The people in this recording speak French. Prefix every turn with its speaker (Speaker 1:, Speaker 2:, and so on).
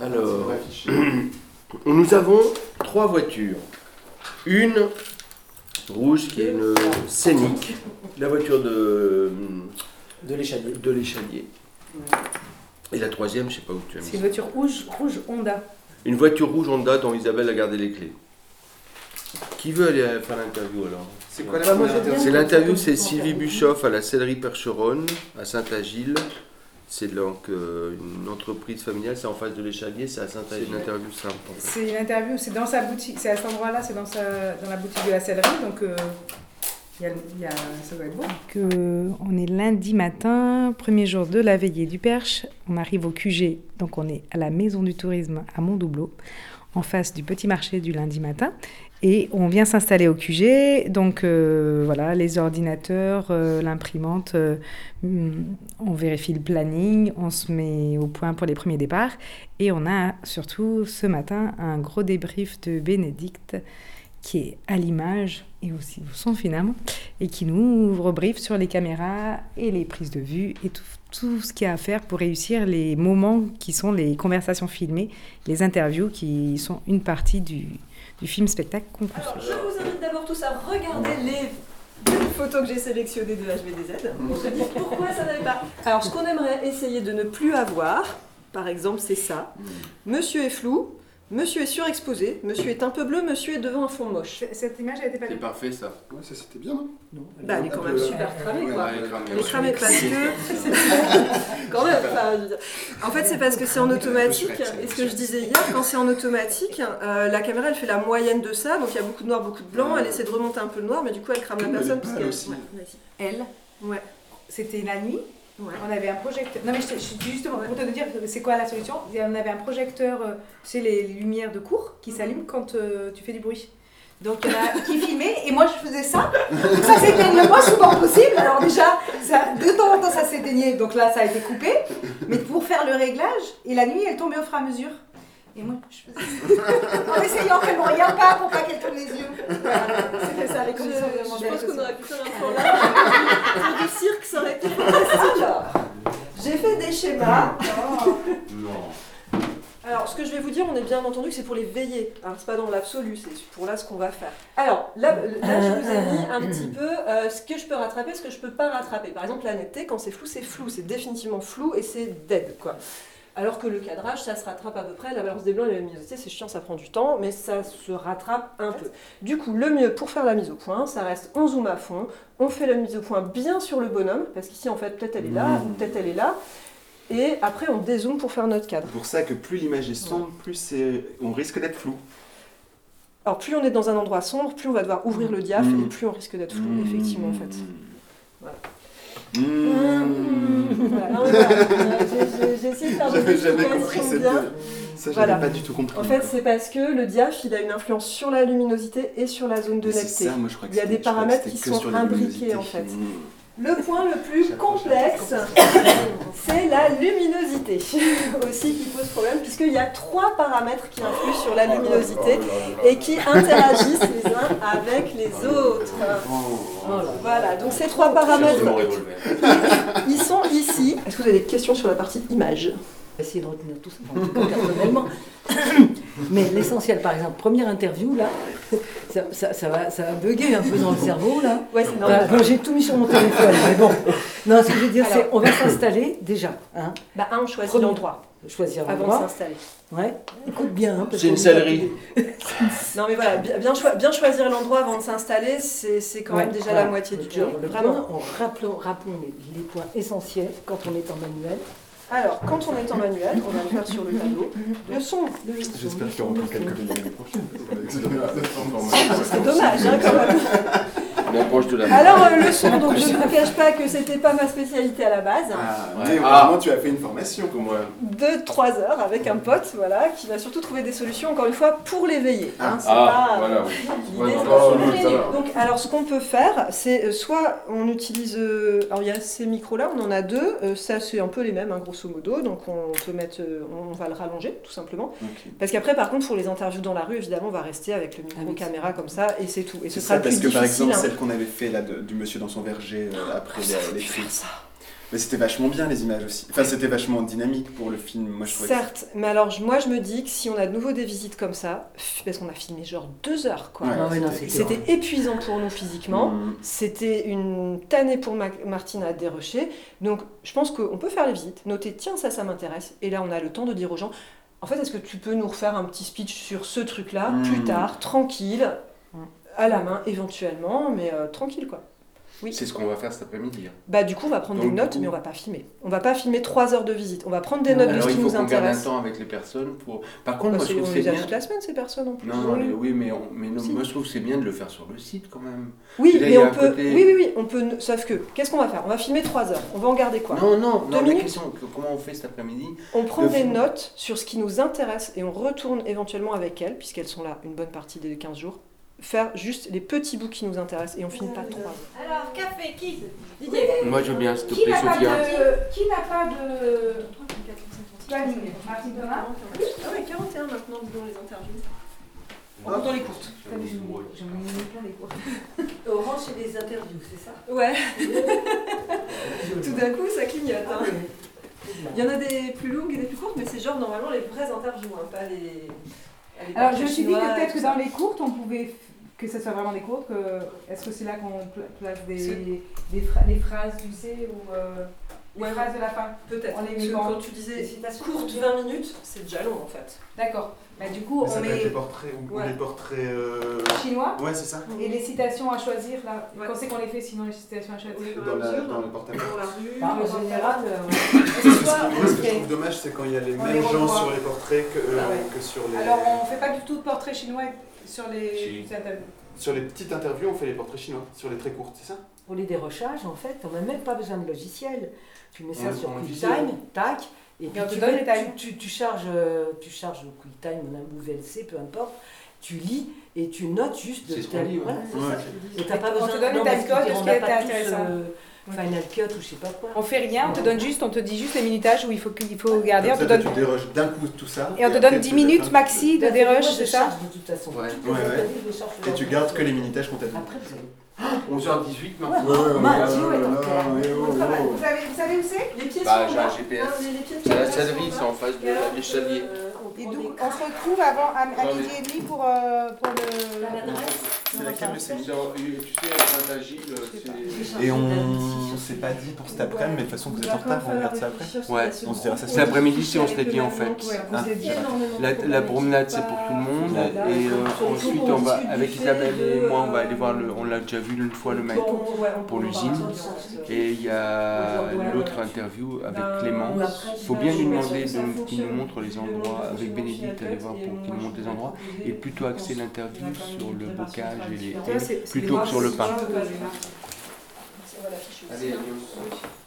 Speaker 1: Alors, nous avons trois voitures. Une rouge qui est une scénic, la voiture de,
Speaker 2: De l'échalier.
Speaker 1: de l'échalier. Et la troisième, je sais pas où tu as mis.
Speaker 3: C'est
Speaker 1: ça.
Speaker 3: une voiture rouge, rouge Honda.
Speaker 1: Une voiture rouge Honda dont Isabelle a gardé les clés. Qui veut aller euh, faire l'interview alors
Speaker 4: C'est quoi la
Speaker 2: Bah, moi,
Speaker 4: première
Speaker 2: j'aime bien.
Speaker 4: interview
Speaker 1: C'est l'interview, c'est Sylvie Bischoff à la Sellerie Percheronne, à Saint-Agile. C'est donc euh, une entreprise familiale, c'est en face de l'échalier, c'est à Saint-Agile. Une interview simple. en fait.
Speaker 3: C'est une interview, c'est dans sa boutique, c'est à cet endroit-là, c'est dans, sa- dans la boutique de la sellerie, donc euh, il y a, il y a- ça doit être beau. euh, on est lundi matin, premier jour de la veillée du Perche, on arrive au QG, donc on est à la maison du tourisme à Mont-Doubleau, en face du petit marché du lundi matin, et on vient s'installer au QG, donc euh, voilà, les ordinateurs, euh, l'imprimante, euh, hum, on vérifie le planning, on se met au point pour les premiers départs. Et on a surtout ce matin un gros débrief de Bénédicte qui est à l'image et aussi au son finalement et qui nous rebriefe sur les caméras et les prises de vue et tout, tout ce qu'il y a à faire pour réussir les moments qui sont les conversations filmées, les interviews qui sont une partie du, du film spectacle qu'on
Speaker 5: Alors,
Speaker 3: construit.
Speaker 5: je vous invite d'abord tous à regarder les photos que j'ai sélectionnées de HBDZ. On se dit pourquoi ça n'avait pas. Alors, ce qu'on aimerait essayer de ne plus avoir, par exemple, c'est ça. Monsieur est flou, monsieur est surexposé, monsieur est un peu bleu, monsieur est devant un fond moche.
Speaker 3: Cette image a été pas
Speaker 1: parfait ça.
Speaker 4: Ouais, ça c'était bien, hein. non
Speaker 2: Non, elle
Speaker 5: Bah,
Speaker 2: est
Speaker 5: elle est quand
Speaker 2: un
Speaker 4: euh,
Speaker 5: même
Speaker 2: peu-
Speaker 5: super cramée, quoi.
Speaker 1: Ouais, elle est cramée,
Speaker 5: Elle est
Speaker 1: ouais.
Speaker 5: cramée parce que. quand même, enfin, je veux dire. En fait, c'est parce que c'est en automatique. Et ce que je disais hier, quand c'est en automatique, euh, la caméra elle fait la moyenne de ça. Donc il y a beaucoup de noir, beaucoup de blanc. Elle essaie de remonter un peu le noir, mais du coup elle crame la
Speaker 4: Elle est
Speaker 5: personne.
Speaker 4: pâle
Speaker 5: parce qu'elle-
Speaker 4: aussi.
Speaker 5: Ouais, vas-y.
Speaker 3: Elle
Speaker 5: Ouais.
Speaker 3: C'était la nuit
Speaker 5: Ouais.
Speaker 3: On avait un projecteur. Non, mais je, je- justement, pour te dire, c'est quoi la solution On avait un projecteur, euh, tu sais, les lumières de cours qui
Speaker 5: Mhm.
Speaker 3: s'allument quand euh, tu fais du bruit. Donc, il y en a qui filmait et moi je faisais ça. Ça s'éteigne le moins souvent possible. Alors, déjà, ça- de temps en temps ça s'éteignait, donc là ça a été coupé. Mais pour faire le réglage, et la nuit elle tombait au fur et à mesure. Et moi je faisais ça. en essayant qu'elle ne me regarde pas pour pas qu'elle tourne les yeux. Voilà. C'était ça les
Speaker 5: Je,
Speaker 3: conditions
Speaker 5: je
Speaker 3: de
Speaker 5: pense qu'on
Speaker 3: mon
Speaker 5: aurait pu faire un plan là. Pour du cirque, ça aurait été fantastique. J'ai fait des schémas.
Speaker 3: Oh.
Speaker 1: Non.
Speaker 5: Alors, ce que je vais vous dire, on est bien entendu que c'est pour les veillées. Hein, c'est pas dans l'absolu, c'est pour là ce qu'on va faire. Alors, là, là, je vous ai mis un petit peu euh, ce que je peux rattraper, ce que je peux pas rattraper. Par exemple, la netteté, quand c'est flou, c'est flou. C'est définitivement flou et c'est dead, quoi. Alors que le cadrage, ça se rattrape à peu près. La balance des blancs et la luminosité, c'est chiant, ça prend du temps, mais ça se rattrape un peu. Du coup, le mieux pour faire la mise au point, ça reste on zoome à fond, on fait la mise au point bien sur le bonhomme, parce qu'ici, en fait, peut-être elle est là, ou peut-être elle est là. Et après, on dézoome pour faire notre cadre.
Speaker 4: C'est pour ça que plus l'image est sombre, plus c'est- on risque d'être flou.
Speaker 5: Alors plus on est dans un endroit sombre, plus on va devoir ouvrir le diaph
Speaker 4: Mmh.
Speaker 5: et plus on risque d'être flou, effectivement en fait. Voilà.
Speaker 4: Mmh.
Speaker 5: Voilà, non, mais Mm. Ah, voilà. J'ai- j'ai- J'ai essayé de faire des
Speaker 4: J'avais jamais compris
Speaker 5: explications
Speaker 4: cette.
Speaker 5: bien.
Speaker 4: Ça, j'avais
Speaker 5: Voilà.
Speaker 4: pas du tout compris.
Speaker 5: En fait, c'est parce que le diaph, il a une influence sur la luminosité et sur la zone de
Speaker 4: Mais c'est
Speaker 5: netteté.
Speaker 4: ça, moi, je crois que
Speaker 5: Il y a
Speaker 4: c'était-
Speaker 5: des
Speaker 4: je crois que
Speaker 5: paramètres
Speaker 4: c'était
Speaker 5: qui
Speaker 4: que
Speaker 5: sont
Speaker 4: sur la
Speaker 5: imbriqués, en
Speaker 4: luminosité.
Speaker 5: fait.
Speaker 4: Mmh.
Speaker 5: Le point le plus complexe, c'est la luminosité aussi qui pose problème, puisqu'il y a trois paramètres qui influent sur la luminosité et qui interagissent les uns avec les autres. Oh Voilà, donc ces trois paramètres, ils sont ici. Est-ce que vous avez des questions sur la partie image
Speaker 6: essayer de retenir tout ça, en tout cas, personnellement. Mais l'essentiel, par exemple, première interview, là, ça, ça- ça va, ça va bugger un peu dans le cerveau, là.
Speaker 5: Ouais, c'est
Speaker 6: Bah,
Speaker 5: normal.
Speaker 6: bon, j'ai tout mis sur mon téléphone, mais bon. Non, ce que je veux dire, c'est on va s'installer déjà, hein,
Speaker 5: Bah, un, on choisit
Speaker 6: Premier.
Speaker 5: l'endroit
Speaker 6: choisir
Speaker 5: avant de
Speaker 6: l'endroit.
Speaker 5: s'installer.
Speaker 6: Ouais, écoute bien. hein, parce
Speaker 1: C'est une
Speaker 6: qu'on-
Speaker 1: sellerie.
Speaker 5: Non, mais voilà, bi- bien, choi- bien choisir l'endroit avant de s'installer, c'est c'est quand même
Speaker 6: Ouais,
Speaker 5: déjà
Speaker 6: voilà.
Speaker 5: la moitié du
Speaker 6: Donc,
Speaker 5: job.
Speaker 6: genre, le
Speaker 5: Vraiment.
Speaker 6: point, on rappelons, rappelons les, les points essentiels quand on est en manuel.
Speaker 5: Alors, quand on est en manuel, on va le faire sur le tableau. Le son, le son.
Speaker 4: J'espère qu'il y aura encore quelques minutes l'année prochaine.
Speaker 5: C'est dommage, hein, quand même.
Speaker 1: On approche de la
Speaker 5: Alors, euh, le son, donc je ne vous cache pas que c'était pas ma spécialité à la base.
Speaker 4: Ah,
Speaker 1: Ouais.
Speaker 4: mais
Speaker 1: Ah.
Speaker 4: vraiment, tu as fait une formation pour moi.
Speaker 5: Deux, trois heures avec un pote, voilà, qui va surtout trouver des solutions, encore une fois, pour les veiller. hein. C'est
Speaker 1: Ah,
Speaker 5: pas, euh,
Speaker 1: voilà, oui.
Speaker 5: l'idée,
Speaker 1: Ouais,
Speaker 5: c'est
Speaker 1: non,
Speaker 5: pas
Speaker 1: non,
Speaker 5: de
Speaker 1: non,
Speaker 5: se
Speaker 1: ça
Speaker 5: mêler.
Speaker 1: va.
Speaker 5: Donc, alors, ce qu'on peut faire, c'est euh, soit on utilise. euh, alors, il y a ces micros-là, on en a deux. euh, ça, c'est un peu les mêmes, hein, grosso modo. Donc, on peut mettre. euh, on va le rallonger, tout simplement.
Speaker 4: Ok.
Speaker 5: Parce qu'après, par contre, pour les interviews dans la rue, évidemment, on va rester avec le micro-caméra comme ça, et c'est tout. Et ce
Speaker 4: C'est
Speaker 5: sera
Speaker 4: ça,
Speaker 5: le plus
Speaker 4: parce que par
Speaker 5: difficile,
Speaker 4: exemple,
Speaker 5: hein.
Speaker 3: Ah,
Speaker 4: celle qu'on avait fait là de- du monsieur dans son verger euh, après les, les crises. Mais c'était vachement bien les images aussi. Enfin, c'était vachement dynamique pour le film, moi je trouvais.
Speaker 5: Certes, mais alors je- moi je me dis que si on a de nouveau des visites comme ça, pff, parce qu'on a filmé genre deux heures quoi.
Speaker 4: Ouais,
Speaker 6: Non, mais non,
Speaker 4: c'était-
Speaker 6: c'est dur.
Speaker 5: C'était épuisant pour nous physiquement.
Speaker 4: Mm.
Speaker 5: C'était une tannée pour Ma- Martine à dérocher. Donc, je pense qu'on peut faire les visites, noter, tiens, ça, ça m'intéresse. Et là, on a le temps de dire aux gens, en fait, est-ce que tu peux nous refaire un petit speech sur ce truc-là,
Speaker 1: Hmm.
Speaker 4: Mm.
Speaker 5: plus tard, tranquille,
Speaker 3: Mm.
Speaker 5: à la main, éventuellement, mais euh, tranquille, quoi. Oui.
Speaker 1: C'est ce qu'on va faire cet après-midi. hein.
Speaker 5: Bah, du coup, on va prendre
Speaker 1: Donc,
Speaker 5: des
Speaker 1: du
Speaker 5: notes,
Speaker 1: coup-
Speaker 5: mais on va pas filmer. On va pas filmer trois heures de visite. On va prendre des notes de
Speaker 1: Alors
Speaker 5: ce
Speaker 1: il
Speaker 5: qui
Speaker 1: faut
Speaker 5: nous
Speaker 1: qu'on garde un
Speaker 5: euh, intéresse.
Speaker 1: temps avec les personnes pour. Par contre,
Speaker 5: Parce
Speaker 1: moi je
Speaker 5: qu'on
Speaker 1: trouve que
Speaker 5: les
Speaker 1: c'est
Speaker 5: a
Speaker 1: bien.
Speaker 5: toute la semaine, ces personnes, en plus.
Speaker 1: Non, non,
Speaker 5: Oui.
Speaker 1: les- oui, mais, on- mais non,
Speaker 5: Si.
Speaker 1: moi je trouve que c'est bien de le faire sur le site quand même.
Speaker 5: Oui,
Speaker 1: Puis là, il
Speaker 5: mais
Speaker 1: y a
Speaker 5: on
Speaker 1: un
Speaker 5: peut...
Speaker 1: côté-
Speaker 5: Oui, oui, oui, on peut... Sauf que, qu'est-ce qu'on va faire On va filmer trois heures. On va en garder quoi
Speaker 1: non, non,
Speaker 5: Deux
Speaker 1: non, la
Speaker 5: minutes
Speaker 1: question, que- comment on fait cet après-midi
Speaker 5: On prend
Speaker 1: Le
Speaker 5: des
Speaker 1: film.
Speaker 5: notes sur ce qui nous intéresse et on retourne éventuellement avec elles, puisqu'elles sont là une bonne partie des 15 jours, faire juste les petits bouts qui nous intéressent et on finit pas trois.
Speaker 2: Alors, café, qui Didier
Speaker 1: Moi je veux bien, s'il te
Speaker 2: Qui
Speaker 1: plaît,
Speaker 2: n'a pas
Speaker 1: Sophia.
Speaker 2: de. Qui n'a pas de. Planning Martine Thomas
Speaker 5: Ah ouais, 41 maintenant, dans les interviews. Dans les courtes.
Speaker 6: Orange, c'est des interviews, c'est ça
Speaker 5: Ouais, tout d'un coup ça clignote.
Speaker 6: Ah
Speaker 5: hein. Il y en a des plus longues et des plus courtes, mais c'est genre normalement les vraies interviews, hein, pas les. les
Speaker 3: Alors je me suis dit
Speaker 5: chinois,
Speaker 3: que peut-être
Speaker 5: tout
Speaker 3: que
Speaker 5: ça.
Speaker 3: dans les courtes, on pouvait f- que ce soit vraiment des courtes. Que... Est-ce que c'est là qu'on pla- place des, des phra- les phrases, tu sais, ou euh, les
Speaker 5: Ouais.
Speaker 3: phrases de la fin
Speaker 5: Peut-être.
Speaker 3: on les
Speaker 5: Parce
Speaker 3: met
Speaker 5: que
Speaker 3: en-
Speaker 5: quand tu
Speaker 3: des
Speaker 5: disais
Speaker 3: citations
Speaker 5: courte 20 minutes, c'est déjà long en fait.
Speaker 3: D'accord. Mais du coup, on
Speaker 4: Ça peut être
Speaker 3: met
Speaker 4: les portraits ou ou
Speaker 5: Ouais.
Speaker 4: les portraits. euh,
Speaker 3: chinois
Speaker 4: Ouais, c'est ça.
Speaker 3: et les citations à choisir là.
Speaker 5: Ouais.
Speaker 3: Quand c'est qu'on les fait, sinon les citations à choisir.
Speaker 5: Dans
Speaker 4: Dans,
Speaker 5: la
Speaker 4: la,
Speaker 5: mesure,
Speaker 4: dans les portraits.
Speaker 5: Pour la rue,
Speaker 6: Bah,
Speaker 5: dans
Speaker 6: En
Speaker 5: un
Speaker 6: général, euh,
Speaker 4: Ce que- ce que- moi, ce que je
Speaker 3: Ok.
Speaker 4: trouve dommage, c'est quand il y a les
Speaker 3: On
Speaker 4: mêmes
Speaker 3: les
Speaker 4: gens
Speaker 3: revoit. Bah
Speaker 4: sur les portraits que, euh,
Speaker 5: Ah ouais.
Speaker 4: que sur les.
Speaker 3: Alors on fait pas du tout de portrait chinois sur les.
Speaker 1: Si.
Speaker 3: sur la-
Speaker 4: Sur les petites interviews, on fait les portraits chinois. Sur les très courtes, c'est ça
Speaker 6: pour les dérochages, en fait, on n'a même pas besoin de logiciel. Tu mets ça
Speaker 4: Ouais,
Speaker 6: sur
Speaker 4: on
Speaker 6: QuickTime, tac, et puis
Speaker 3: on te
Speaker 6: tu,
Speaker 3: donne
Speaker 6: mets-
Speaker 3: les times.
Speaker 6: tu, tu- tu charges, euh, tu charges le QuickTime ou VLC, peu importe, tu lis et tu notes juste
Speaker 1: C'est
Speaker 6: de
Speaker 1: ce qu'on dit, ouais.
Speaker 6: voilà, c'est
Speaker 4: Ouais.
Speaker 6: ça. Et t'as pas
Speaker 3: On te
Speaker 6: besoin
Speaker 3: donne les
Speaker 6: non, parce
Speaker 3: timescodes de
Speaker 6: qu'on
Speaker 3: ce
Speaker 6: n'a
Speaker 3: qui
Speaker 6: pas
Speaker 3: était
Speaker 6: tous,
Speaker 3: intéressant.
Speaker 6: euh, Final Cut ou je sais pas quoi.
Speaker 3: On fait rien, on te donne juste, on te dit juste les minutages où il faut qu'il faut garder, on te
Speaker 4: Comme ça,
Speaker 3: donne
Speaker 4: tu déroges d'un coup tout ça.
Speaker 3: et on te
Speaker 4: après,
Speaker 3: donne
Speaker 4: tu
Speaker 3: 10
Speaker 4: les
Speaker 3: minutes
Speaker 4: fais.
Speaker 3: maxi de
Speaker 6: Là, moi,
Speaker 3: dérush,
Speaker 6: je
Speaker 3: c'est ça
Speaker 6: charge de toute façon.
Speaker 1: Ouais.
Speaker 6: Toutes les
Speaker 4: Ouais,
Speaker 6: interviews,
Speaker 4: ouais.
Speaker 6: je les charge
Speaker 4: Et
Speaker 6: sur
Speaker 4: tu
Speaker 6: leur-
Speaker 4: gardes que les minutages qu'on t'a donné.
Speaker 6: Après, vous avez-
Speaker 1: 11h18 maintenant.
Speaker 4: Ouais,
Speaker 6: Bah, Dieu
Speaker 4: ouais,
Speaker 6: est en
Speaker 4: ouais,
Speaker 6: terre.
Speaker 4: ouais, ouais, ouais, ouais.
Speaker 3: Vous savez, vous savez où c'est
Speaker 5: Les pieds
Speaker 1: Bah,
Speaker 5: sont
Speaker 1: j'ai un
Speaker 5: là.
Speaker 1: GPS.
Speaker 5: Non, les- les pieds
Speaker 1: C'est la
Speaker 5: sont
Speaker 1: salerie,
Speaker 5: là.
Speaker 1: c'est en face
Speaker 5: Et alors,
Speaker 1: de l'échalier.
Speaker 5: euh, on
Speaker 3: Et
Speaker 5: prend
Speaker 3: donc
Speaker 5: des
Speaker 3: on se retrouve avant à, à
Speaker 1: Dans les-
Speaker 3: midi et demi pour, euh, pour le.
Speaker 4: C'est laquelle de ces
Speaker 1: Tu sais, à Saint-Agile,
Speaker 3: euh,
Speaker 1: c'est.
Speaker 4: Et on s'est pas dit pour cet après-midi, mais de toute façon, vous êtes en retard, on regarde ça après.
Speaker 1: Ouais,
Speaker 4: on se dira ça
Speaker 1: Cet après-midi, si on se l'est dit en fait.
Speaker 4: Ah.
Speaker 1: La, la promenade, c'est pour tout le monde.
Speaker 5: Voilà.
Speaker 1: Et euh,
Speaker 5: Surtout
Speaker 1: ensuite,
Speaker 5: qu'on
Speaker 1: on va,
Speaker 5: discute
Speaker 1: avec
Speaker 5: du
Speaker 1: Isabelle
Speaker 5: fait
Speaker 1: et
Speaker 5: de-
Speaker 1: moi, on va aller voir le. On l'a déjà vu une fois le mec.
Speaker 5: Bon, ouais, on
Speaker 1: pour
Speaker 5: peut
Speaker 1: l'usine.
Speaker 5: en parler.
Speaker 1: Et il y a
Speaker 5: Voilà.
Speaker 1: l'autre interview avec
Speaker 5: Ben,
Speaker 1: Clément.
Speaker 5: ou après,
Speaker 1: Faut bien
Speaker 5: je
Speaker 1: lui
Speaker 5: sais pas
Speaker 1: demander
Speaker 5: si ça
Speaker 1: donc qu'il nous
Speaker 5: fonctionne.
Speaker 1: montre les endroits.
Speaker 5: Le
Speaker 1: Avec
Speaker 5: fonctionnement
Speaker 1: Bénédicte,
Speaker 5: final
Speaker 1: allez voir
Speaker 5: cut,
Speaker 1: pour
Speaker 5: et
Speaker 1: qu'il nous
Speaker 5: moi,
Speaker 1: montre
Speaker 5: je
Speaker 1: les
Speaker 5: vais
Speaker 1: endroits.
Speaker 5: proposer
Speaker 1: Et plutôt axer
Speaker 5: des
Speaker 1: l'interview
Speaker 5: préparation
Speaker 1: sur le
Speaker 5: différentes.
Speaker 1: bocage et les.
Speaker 5: Tu vois,
Speaker 1: plutôt que sur le pain.
Speaker 5: Voilà, fichu.
Speaker 1: Allez,
Speaker 5: Voilà, fichu.
Speaker 1: adios.